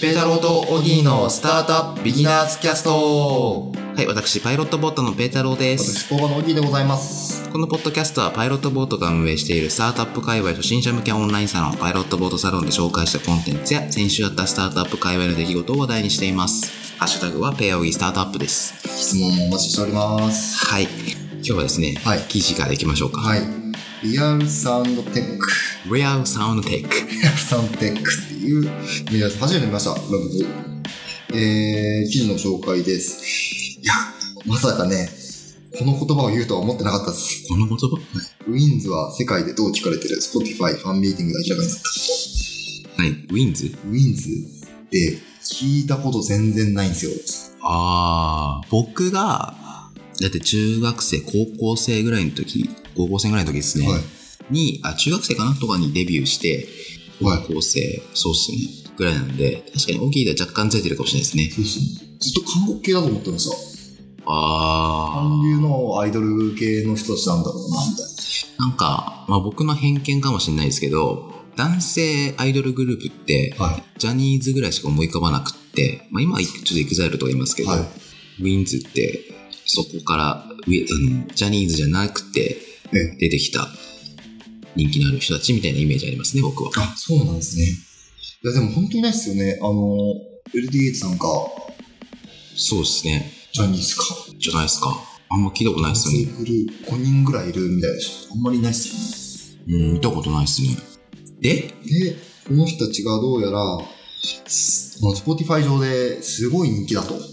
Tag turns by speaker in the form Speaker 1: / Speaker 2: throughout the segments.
Speaker 1: ペータローとオギーのスタートアップビギナーズキャストはい、私、パイロットボートのペータローです。
Speaker 2: 私工場のオギーでございます
Speaker 1: このポッドキャストはパイロットボートが運営しているスタートアップ界隈初心者向けオンラインサロン、パイロットボートサロンで紹介したコンテンツや、先週あったスタートアップ界隈の出来事を話題にしています。ハッシュタグはペアオギースタートアップです。
Speaker 2: 質問もお待ちしております
Speaker 1: はい。今日はですね、
Speaker 2: はい
Speaker 1: 記事からいきましょうか。
Speaker 2: はいリアルサウンドテック
Speaker 1: Real Sound Tech。
Speaker 2: リアルサウンドテックっていうメディア初めて見ましたブログえー、記事の紹介ですいやまさかねこの言葉を言うとは思ってなかったです
Speaker 1: この言葉
Speaker 2: ウィンズは世界でどう聞かれてる Spotify ファンミーティングで明らかになった
Speaker 1: 何 ?Wins?
Speaker 2: ウィンズって聞いたこと全然ないんですよ
Speaker 1: ああ、僕が、だって中学生、高校生ぐらいの時、高校生ぐらいの時ですね。
Speaker 2: はい
Speaker 1: に、あ、中学生かなとかにデビューして、高
Speaker 2: はい
Speaker 1: 校生、そうっすね。ぐらいなんで、確かに大きいでは若干ずれてるかもしれないですね。
Speaker 2: そうですねずっと韓国系だと思ってました韓
Speaker 1: あ
Speaker 2: 流のアイドル系の人たちなんだろうな、みたい
Speaker 1: あ、なんか、まあ僕の偏見かもしれないですけど、男性アイドルグループって、
Speaker 2: な。は
Speaker 1: ジャニーズぐらいしか思い浮かばなくって、まあ今はちょっとエグザイルとか言いますけど、
Speaker 2: はい
Speaker 1: ウィンズって、そこからウィ、あのジャニーズじゃなくて
Speaker 2: え
Speaker 1: 出てきた人気のある人たちみたいなイメージありますね、僕は。
Speaker 2: あ、そうなんですね。いや、でも本当にないですよね。あの、LDH さんか、
Speaker 1: そうですね。
Speaker 2: ジャニーズか。
Speaker 1: じゃないですか。あんま聞いたことないですよね。
Speaker 2: グループ5人ぐらいいるみたいでしょ。あんまりないです
Speaker 1: うん、見たことないですね。で、
Speaker 2: よね。で、この人たちがどうやら、すこの Spotify 上ですごい人気だと。っ
Speaker 1: ほう。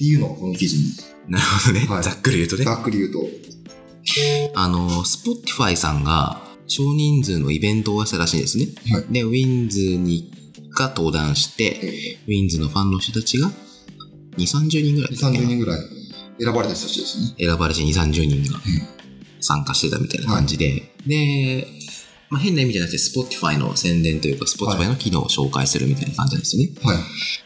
Speaker 2: ていうのがこの記事に。
Speaker 1: なるほどね。
Speaker 2: はい
Speaker 1: ざっくり言うとね。
Speaker 2: ざっくり言うと。
Speaker 1: あの、Spotify さんが少人数のイベントをしたらしいんですね。
Speaker 2: は
Speaker 1: で、ウィンズにが登壇して、
Speaker 2: え
Speaker 1: ウィンズのファンの人たちが2、30人ぐらい
Speaker 2: ー、
Speaker 1: だっ
Speaker 2: 30
Speaker 1: けな
Speaker 2: 人ぐらい選ばれた人たちですね。
Speaker 1: 選ばれて2、30人が参加してたみたいな感じで、で、まあ、変な意味じゃなくて Spotify の宣伝というか Spotify の機能を紹介するみたいな感じなんですよね。
Speaker 2: はい。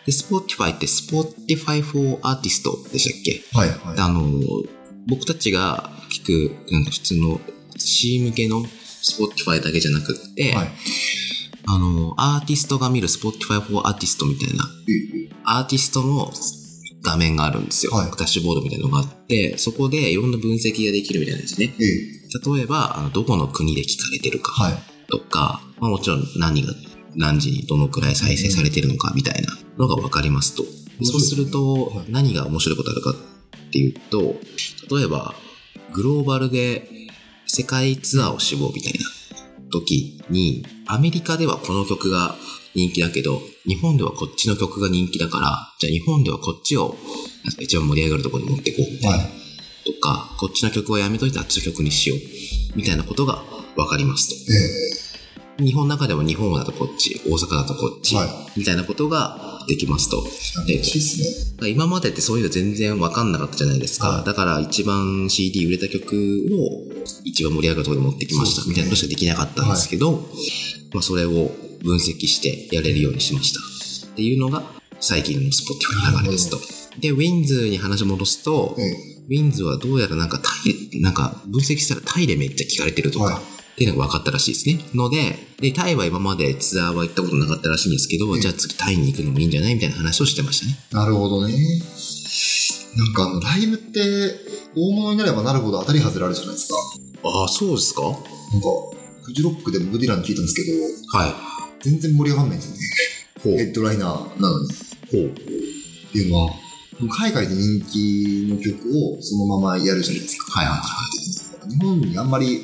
Speaker 1: で、Spotify って Spotify for Artist でしたっけ
Speaker 2: はい。はい。
Speaker 1: あの、僕たちが聞く、なんか普通の C 向けの Spotify だけじゃなくって、
Speaker 2: はい
Speaker 1: あの、アーティストが見る Spotify for Artist みたいな
Speaker 2: え
Speaker 1: アーティストの画面があるんですよ、
Speaker 2: はい
Speaker 1: ダッシュボードみたいなのがあってそこでいろんな分析ができるみたいなんですね
Speaker 2: ーえ
Speaker 1: 例えばあのどこの国で聞かれてる
Speaker 2: ー、は
Speaker 1: か
Speaker 2: い。
Speaker 1: とか、まあ、もちろん何が何時にどのくらい再生されてるのかみたいなのが分かりますと
Speaker 2: 面
Speaker 1: そう
Speaker 2: 白いですね
Speaker 1: すると
Speaker 2: はい
Speaker 1: 何が面白いことあるかっていうと例えばグローバルで世界ツアーをしようみたいな時にアメリカではこの曲が人気だけど日本ではこっちの曲が人気だからじゃあ日本ではこっちをなんか一番盛り上がるところに持ってこうみたいな
Speaker 2: はい。
Speaker 1: とかこっちの曲をやめといてあっちの曲にしようみたいなことが分かります
Speaker 2: え
Speaker 1: と日本の中でも日本だとこっち大阪だとこっち、
Speaker 2: は
Speaker 1: みたいなことができますと
Speaker 2: ー、嬉しいですね。
Speaker 1: 今までってそういうの全然分かんなかったじゃないですか、
Speaker 2: はい
Speaker 1: だから一番 CD 売れた曲を一番盛り上がるところに持ってきました、
Speaker 2: そうですね
Speaker 1: みたいなことしかできなかったんですけど、まあ、それを分析してやれるようにしましたっていうのが最近の Spotify の流れですとで Wins に話を戻すと、
Speaker 2: ええ
Speaker 1: ウィンズはどうやらなんかタイ、なんか分析したらタイでめっちゃ聞かれてるとか、
Speaker 2: はい
Speaker 1: っていうのが分かったらしいですね。ので、で、タイは今までツアーは行ったことなかったらしいんですけど、
Speaker 2: うん
Speaker 1: じゃあ次タイに行くのもいいんじゃないみたいな話をしてましたね。
Speaker 2: なるほどね。なんかあの、ライブって、大物になればなるほど当たり外れあるじゃないですか。
Speaker 1: ああ、そうですかは
Speaker 2: なんか、フジロックでブディラン聞いたんですけど、
Speaker 1: い。
Speaker 2: 全然盛り上がんないんですよね。
Speaker 1: ほ
Speaker 2: ヘッドライナーなのに。っ
Speaker 1: ほう。
Speaker 2: ていうのは、海外で人気の曲をそのままやるじゃないですか。
Speaker 1: はいはいはい。
Speaker 2: 日本にあんまり、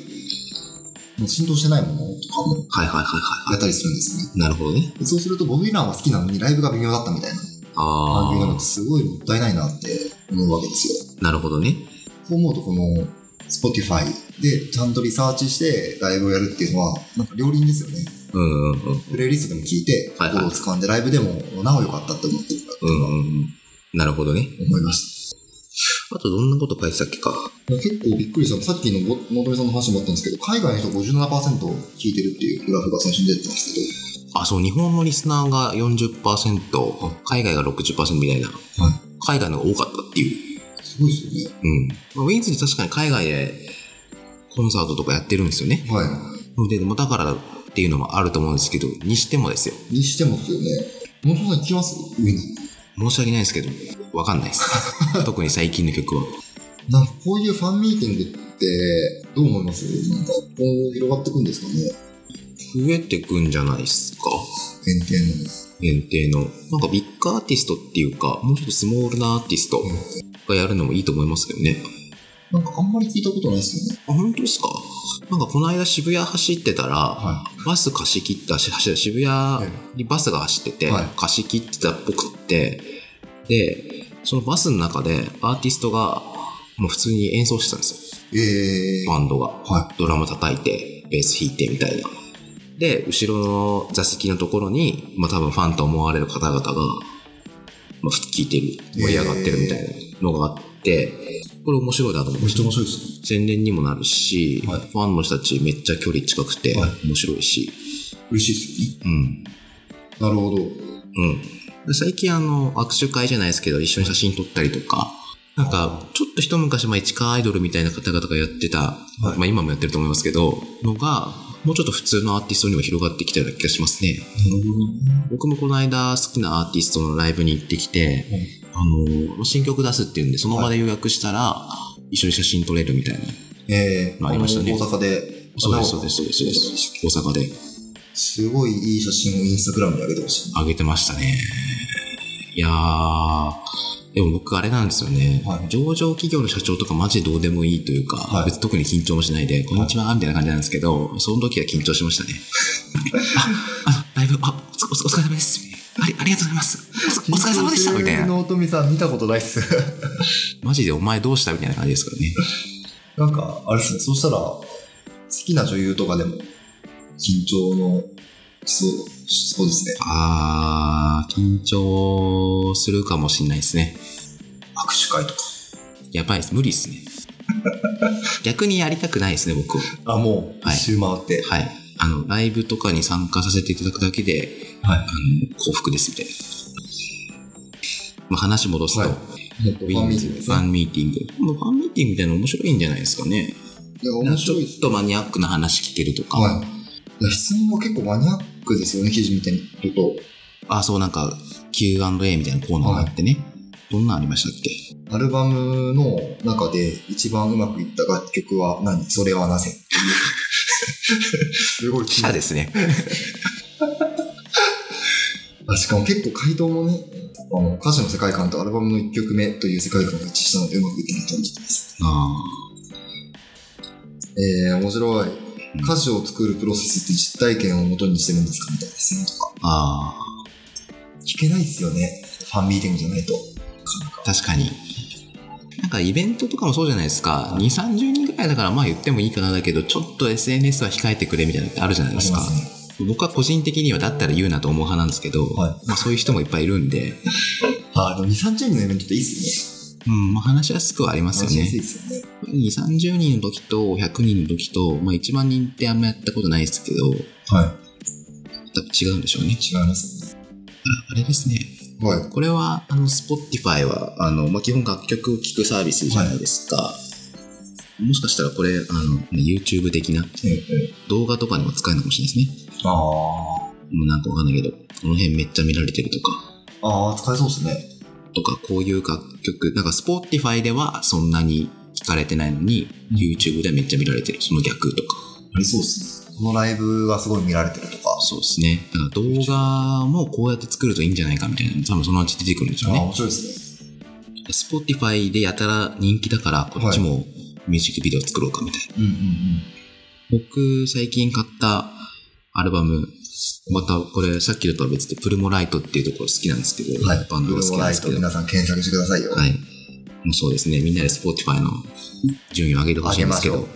Speaker 2: もう浸透してないものとかも
Speaker 1: はいはいはいはい
Speaker 2: やったりするんですね。
Speaker 1: はい。なるほどね。
Speaker 2: でそうすると、ボブ・ディランは好きなのにライブが微妙だったみたいな
Speaker 1: あ
Speaker 2: 感じになる
Speaker 1: あ
Speaker 2: と、すごいもったいないなって思うわけですよ。
Speaker 1: なるほどね。
Speaker 2: そう思うとこの Spotify でちゃんとリサーチしてライブをやるっていうのはなんか両輪ですよね
Speaker 1: うんうんうん。
Speaker 2: プレイリストでも聞いて
Speaker 1: はいはい
Speaker 2: 心を掴んでライブでもなお良かったって思ってるか
Speaker 1: うんうんうん。なるほどね。
Speaker 2: ら思いまし
Speaker 1: あとどんなこと書いてたっけか。
Speaker 2: た結構びっくりしたのさっきのごのどみさんの話もあったんですけど海外の人57%聞いてるっていうグラフが最初に出てたんですけ
Speaker 1: あ、そう、日本のリスナーが40%、海外が60%みたいな、海外の方が多かったっていう。
Speaker 2: どすごいですよね
Speaker 1: うん。まあ、ウィンズに確かに海外でコンサートとかやってるんですよね。
Speaker 2: は
Speaker 1: ので、でもだからっていうのもあると思うんですけど、にしてもですよ。
Speaker 2: いにしてもですよね本当さん聞きます上に。
Speaker 1: 申し訳ないですけど、わかんない です。特に最近の曲は。
Speaker 2: なんかこういうファンミーティングって、どう思いますなんか、今後広がっていくんですかね
Speaker 1: 増えてくんじゃないですか。
Speaker 2: 限定の。
Speaker 1: 限定の。なんかビッグアーティストっていうか、もうちょっとスモールなアーティストがやるのもいいと思いますけどね。
Speaker 2: なんかあんまり聞いたことないですよね。
Speaker 1: あ、本当ですかなんかこの間渋谷走ってたら、
Speaker 2: は
Speaker 1: バス貸し切ったし、走って渋
Speaker 2: は
Speaker 1: 谷
Speaker 2: い
Speaker 1: にバスが走ってて、
Speaker 2: はい
Speaker 1: 貸し切ってたっぽくって、で、そのバスの中でアーティストが、もう普通に演奏してたんです
Speaker 2: えー。
Speaker 1: よ。バンドが。
Speaker 2: は
Speaker 1: ドラム叩いて、ベース弾いてみたいな。で、後ろの座席のところに、まあ多分ファンと思われる方々が、まあ、聴いてる、盛り上がってるみたいなのがあって、これ面白いなと思って
Speaker 2: い。。人面白いです
Speaker 1: 宣伝にもなるし、
Speaker 2: はい
Speaker 1: ファンの人たちめっちゃ距離近くて
Speaker 2: は
Speaker 1: 面白いし、
Speaker 2: ね。嬉しいです
Speaker 1: うん。
Speaker 2: よね。なるほど。
Speaker 1: うん。で最近あの、握手会じゃないですけど、一緒に写真撮ったりとか、なんか、ちょっと一昔前、地下アイドルみたいな方々がやってた、
Speaker 2: い
Speaker 1: まあ今もやってると思いますけど、のが、もうちょっと普通のアーティストにも広がってきたような気がしますね。
Speaker 2: なるほどね。
Speaker 1: 僕もこの間好きなアーティストのライブに行ってきて、あの、新曲出すっていうんで、その場で予約したら、一緒に写真撮れるみたいな。
Speaker 2: えー、
Speaker 1: ありましたね
Speaker 2: あの大阪で。
Speaker 1: そうです、そうです、そうです、そうです。大阪です
Speaker 2: ごいいい写真をインスタグラムに上げてほしい。
Speaker 1: 上げてましたね。いやー、でも僕あれなんですよね、
Speaker 2: はい
Speaker 1: 上場企業の社長とかマジでどうでもいいというか、
Speaker 2: はい
Speaker 1: 別に特に緊張もしないで、こんにちは、みたいな感じなんですけど、その時は緊張しま したね。あ、あの、ライブ、あ、お疲お疲れ様です。ありありがとうございます。おお疲れ様でしたみたいな。
Speaker 2: の富さん見たことないっす。
Speaker 1: マジでお前どうしたみたいな感じですからね。
Speaker 2: なんか、あれですね、そうしたら、好きな女優とかでも、緊張の、そう、そうですね。
Speaker 1: あー、緊張するかもしんないですね。
Speaker 2: 握手会とか。
Speaker 1: やばいです。無理ですね。逆にやりたくないですね、僕は。
Speaker 2: あ、もう、
Speaker 1: はい
Speaker 2: 一周回って。
Speaker 1: はい。あの、ライブとかに参加させていただくだけで、
Speaker 2: はい
Speaker 1: あの、幸福ですみたいな。まあ、話戻すと、
Speaker 2: はいもう
Speaker 1: ウ
Speaker 2: ファ
Speaker 1: ィ
Speaker 2: ン
Speaker 1: ン
Speaker 2: ミー
Speaker 1: ズ
Speaker 2: ティングです
Speaker 1: フ
Speaker 2: ね
Speaker 1: ァンミーティング。このファンミーティングみたいなの面白いんじゃないですかね。
Speaker 2: いや、面白いで
Speaker 1: ちょ
Speaker 2: す
Speaker 1: っ。とマニアックな話聞けるとか、
Speaker 2: はい。いや、質問は結構マニアックですよね、記事見てると。
Speaker 1: あ、そうなんか Q&A みたいなコーナーがあってね。どんなんありましたっけ
Speaker 2: アルバムの中で一番うまくいった楽曲は何それはなぜ すごい
Speaker 1: 記
Speaker 2: 気に
Speaker 1: 者
Speaker 2: なる
Speaker 1: ですね。
Speaker 2: あしかも結構回答もね、あの歌詞の世界観とアルバムの1曲目という世界観が一致したのでうまくいったなと思ってます。
Speaker 1: あ
Speaker 2: えー、面白い
Speaker 1: うん。
Speaker 2: 歌詞を作るプロセスって実体験を元にしてるんですかみたいですねとか。
Speaker 1: あ。あ
Speaker 2: 聞けないっすよね。ファンミーティングじゃないと。
Speaker 1: あ。確かに。なんかイベントとかもそうじゃないですか。2、30人ぐらいだからまあ言ってもいいかなだけど、ちょっと SNS は控えてくれみたいなのってあるじゃない
Speaker 2: あり
Speaker 1: で
Speaker 2: ます
Speaker 1: すか。
Speaker 2: ね。
Speaker 1: 僕は個人的にはだったら言うなと思う派なんですけど、
Speaker 2: はい
Speaker 1: まあ、そういう人もいっぱいいるんで、
Speaker 2: あー、でも2、30人のイベントっていいっす
Speaker 1: うんまあ、話しやすくはありま
Speaker 2: ね。
Speaker 1: すよ
Speaker 2: 話しやすい
Speaker 1: ね。
Speaker 2: っすよね。
Speaker 1: 2、30人の時と100人の時と、まあ、1万人ってあんまやったことないですけど、
Speaker 2: はい。
Speaker 1: 多分違うんでしょうね。
Speaker 2: 違いますね。
Speaker 1: あれですね。
Speaker 2: はい。
Speaker 1: これは、あの、Spotify は、あの、まあ、基本楽曲を聴くサービスじゃないですか。もしかしたらこれ、あの、YouTube 的な
Speaker 2: ええ。
Speaker 1: 動画とかにも使えるのかもしれないですね。
Speaker 2: あ
Speaker 1: もうなんかわかんないけど、この辺めっちゃ見られてるとか。
Speaker 2: あ。ああ、使えそうっすね。
Speaker 1: とかこういう楽曲なんか Spotify ではそんなに聞かれてないのに YouTube ではめっちゃ見られてるその逆とか
Speaker 2: ありそうっすね。このライブがすごい見られてるとか。
Speaker 1: そうですねだから動画もこうやって作るといいんじゃないかみたいな多分そのうち出てくるんでしょ
Speaker 2: あ
Speaker 1: う
Speaker 2: あー、
Speaker 1: ね
Speaker 2: 面白いっすね。
Speaker 1: Spotify でやたら人気だからこっちもミュージックビデオ作ろうかみたいな、
Speaker 2: うんうんうん。
Speaker 1: 僕最近買ったアルバムまたこれさっきのとは別でプルモライトっていうところ好きなんですけど、
Speaker 2: はい。
Speaker 1: バンドが好きなんですけど
Speaker 2: 皆さん検索してくださいよ。
Speaker 1: はい。もうそうですね。みんなで Spotify の順位を上げてほしいんですけ
Speaker 2: 上げ
Speaker 1: ど。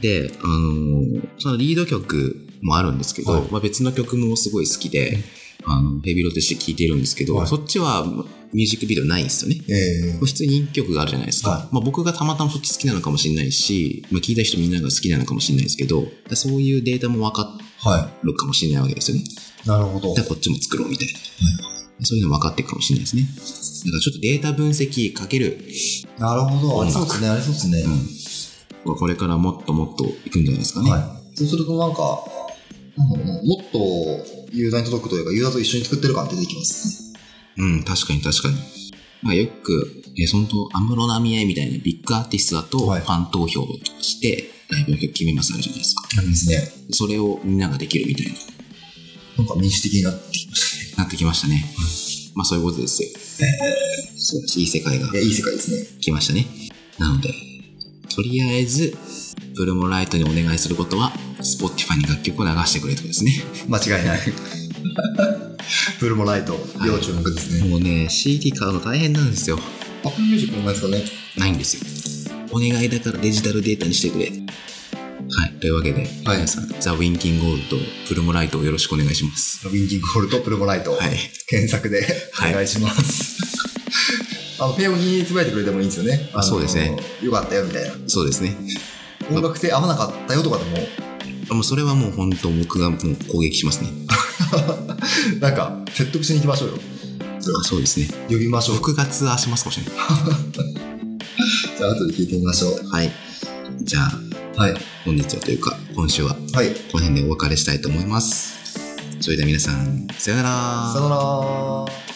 Speaker 1: で、あのーそのリード曲もあるんですけど、
Speaker 2: はい
Speaker 1: まあ、別の曲もすごい好きで、あのヘビロテして聴いてるんですけど、
Speaker 2: はい
Speaker 1: そっちはミュージックビデオないんですよね。
Speaker 2: ええ
Speaker 1: 普通に人気曲があるじゃないですか。
Speaker 2: は
Speaker 1: まあ、僕がたまたまそっち好きなのかもしれないし、まあ、聞いた人みんなが好きなのかもしれないですけど、そういうデータも分か
Speaker 2: は
Speaker 1: るかもしれないわけですよね。
Speaker 2: い。なるほど。
Speaker 1: じゃあこっちも作ろうみたいな。そういうのも分かっていくかもしれないですね。だからちょっとデータ分析かける
Speaker 2: なるほど。
Speaker 1: 音楽
Speaker 2: ありそうっすね。ありそうっすね。
Speaker 1: うん、これからもっともっといくんじゃないですかね。
Speaker 2: はい。そうするとなんか、なんだろうなもっとユーザーに届くというか、ユーザーと一緒に作ってる感出てきますね。
Speaker 1: うん、確かに確かに。まあ、よく、えー、そのと、安室奈美恵みたいなビッグアーティストだと、フ
Speaker 2: はい
Speaker 1: ァン投票とかして、ライブの曲決めますあるじゃないですか。
Speaker 2: ありますね。
Speaker 1: それをみんなができるみたいに
Speaker 2: なんか民主的になってきまし
Speaker 1: なってきましたね。まあ、そういうことですよ。そうですいい世界が
Speaker 2: たね。いや、いい世界ですね。
Speaker 1: 来ましたね。なので、とりあえず、プルモライトにお願いすることは、Spotify に楽曲を流してくれってことですね。
Speaker 2: 間違いない。 プルモライト、要注目ですね。
Speaker 1: もうね、CD 買うの大変なんですよ。
Speaker 2: アップルミュージックの前ですかね。
Speaker 1: ないんですよ。お願いだからデジタルデータにしてくれ。はい。というわけで、
Speaker 2: はい
Speaker 1: 皆さん、ザ・ウィンキンゴールド、プルモライトをよろしくお願いします。
Speaker 2: ウィンキングホールとプルモライト、
Speaker 1: はい。
Speaker 2: 検索で
Speaker 1: はい
Speaker 2: お願いします。あの、ペイオにつぶやいてくれてもいいんですよね。
Speaker 1: あそうですね
Speaker 2: あの。よかったよ、みたいな。
Speaker 1: そうですね。
Speaker 2: 音楽性合わなかったよとかでも、
Speaker 1: もうそれはもう本当僕がもう攻撃しますね。
Speaker 2: なんか、説得しに行きましょうよ。
Speaker 1: あそうですね。
Speaker 2: 呼びましょう。
Speaker 1: 僕がツアーしますかもしれない。
Speaker 2: じゃあ、後で聞いてみましょう。
Speaker 1: はい。じゃあ、
Speaker 2: はい。
Speaker 1: 本日はというか、今週はこ
Speaker 2: はい。
Speaker 1: の辺でお別れしたいと思います。それでは皆さん、さよなら。
Speaker 2: さよなら。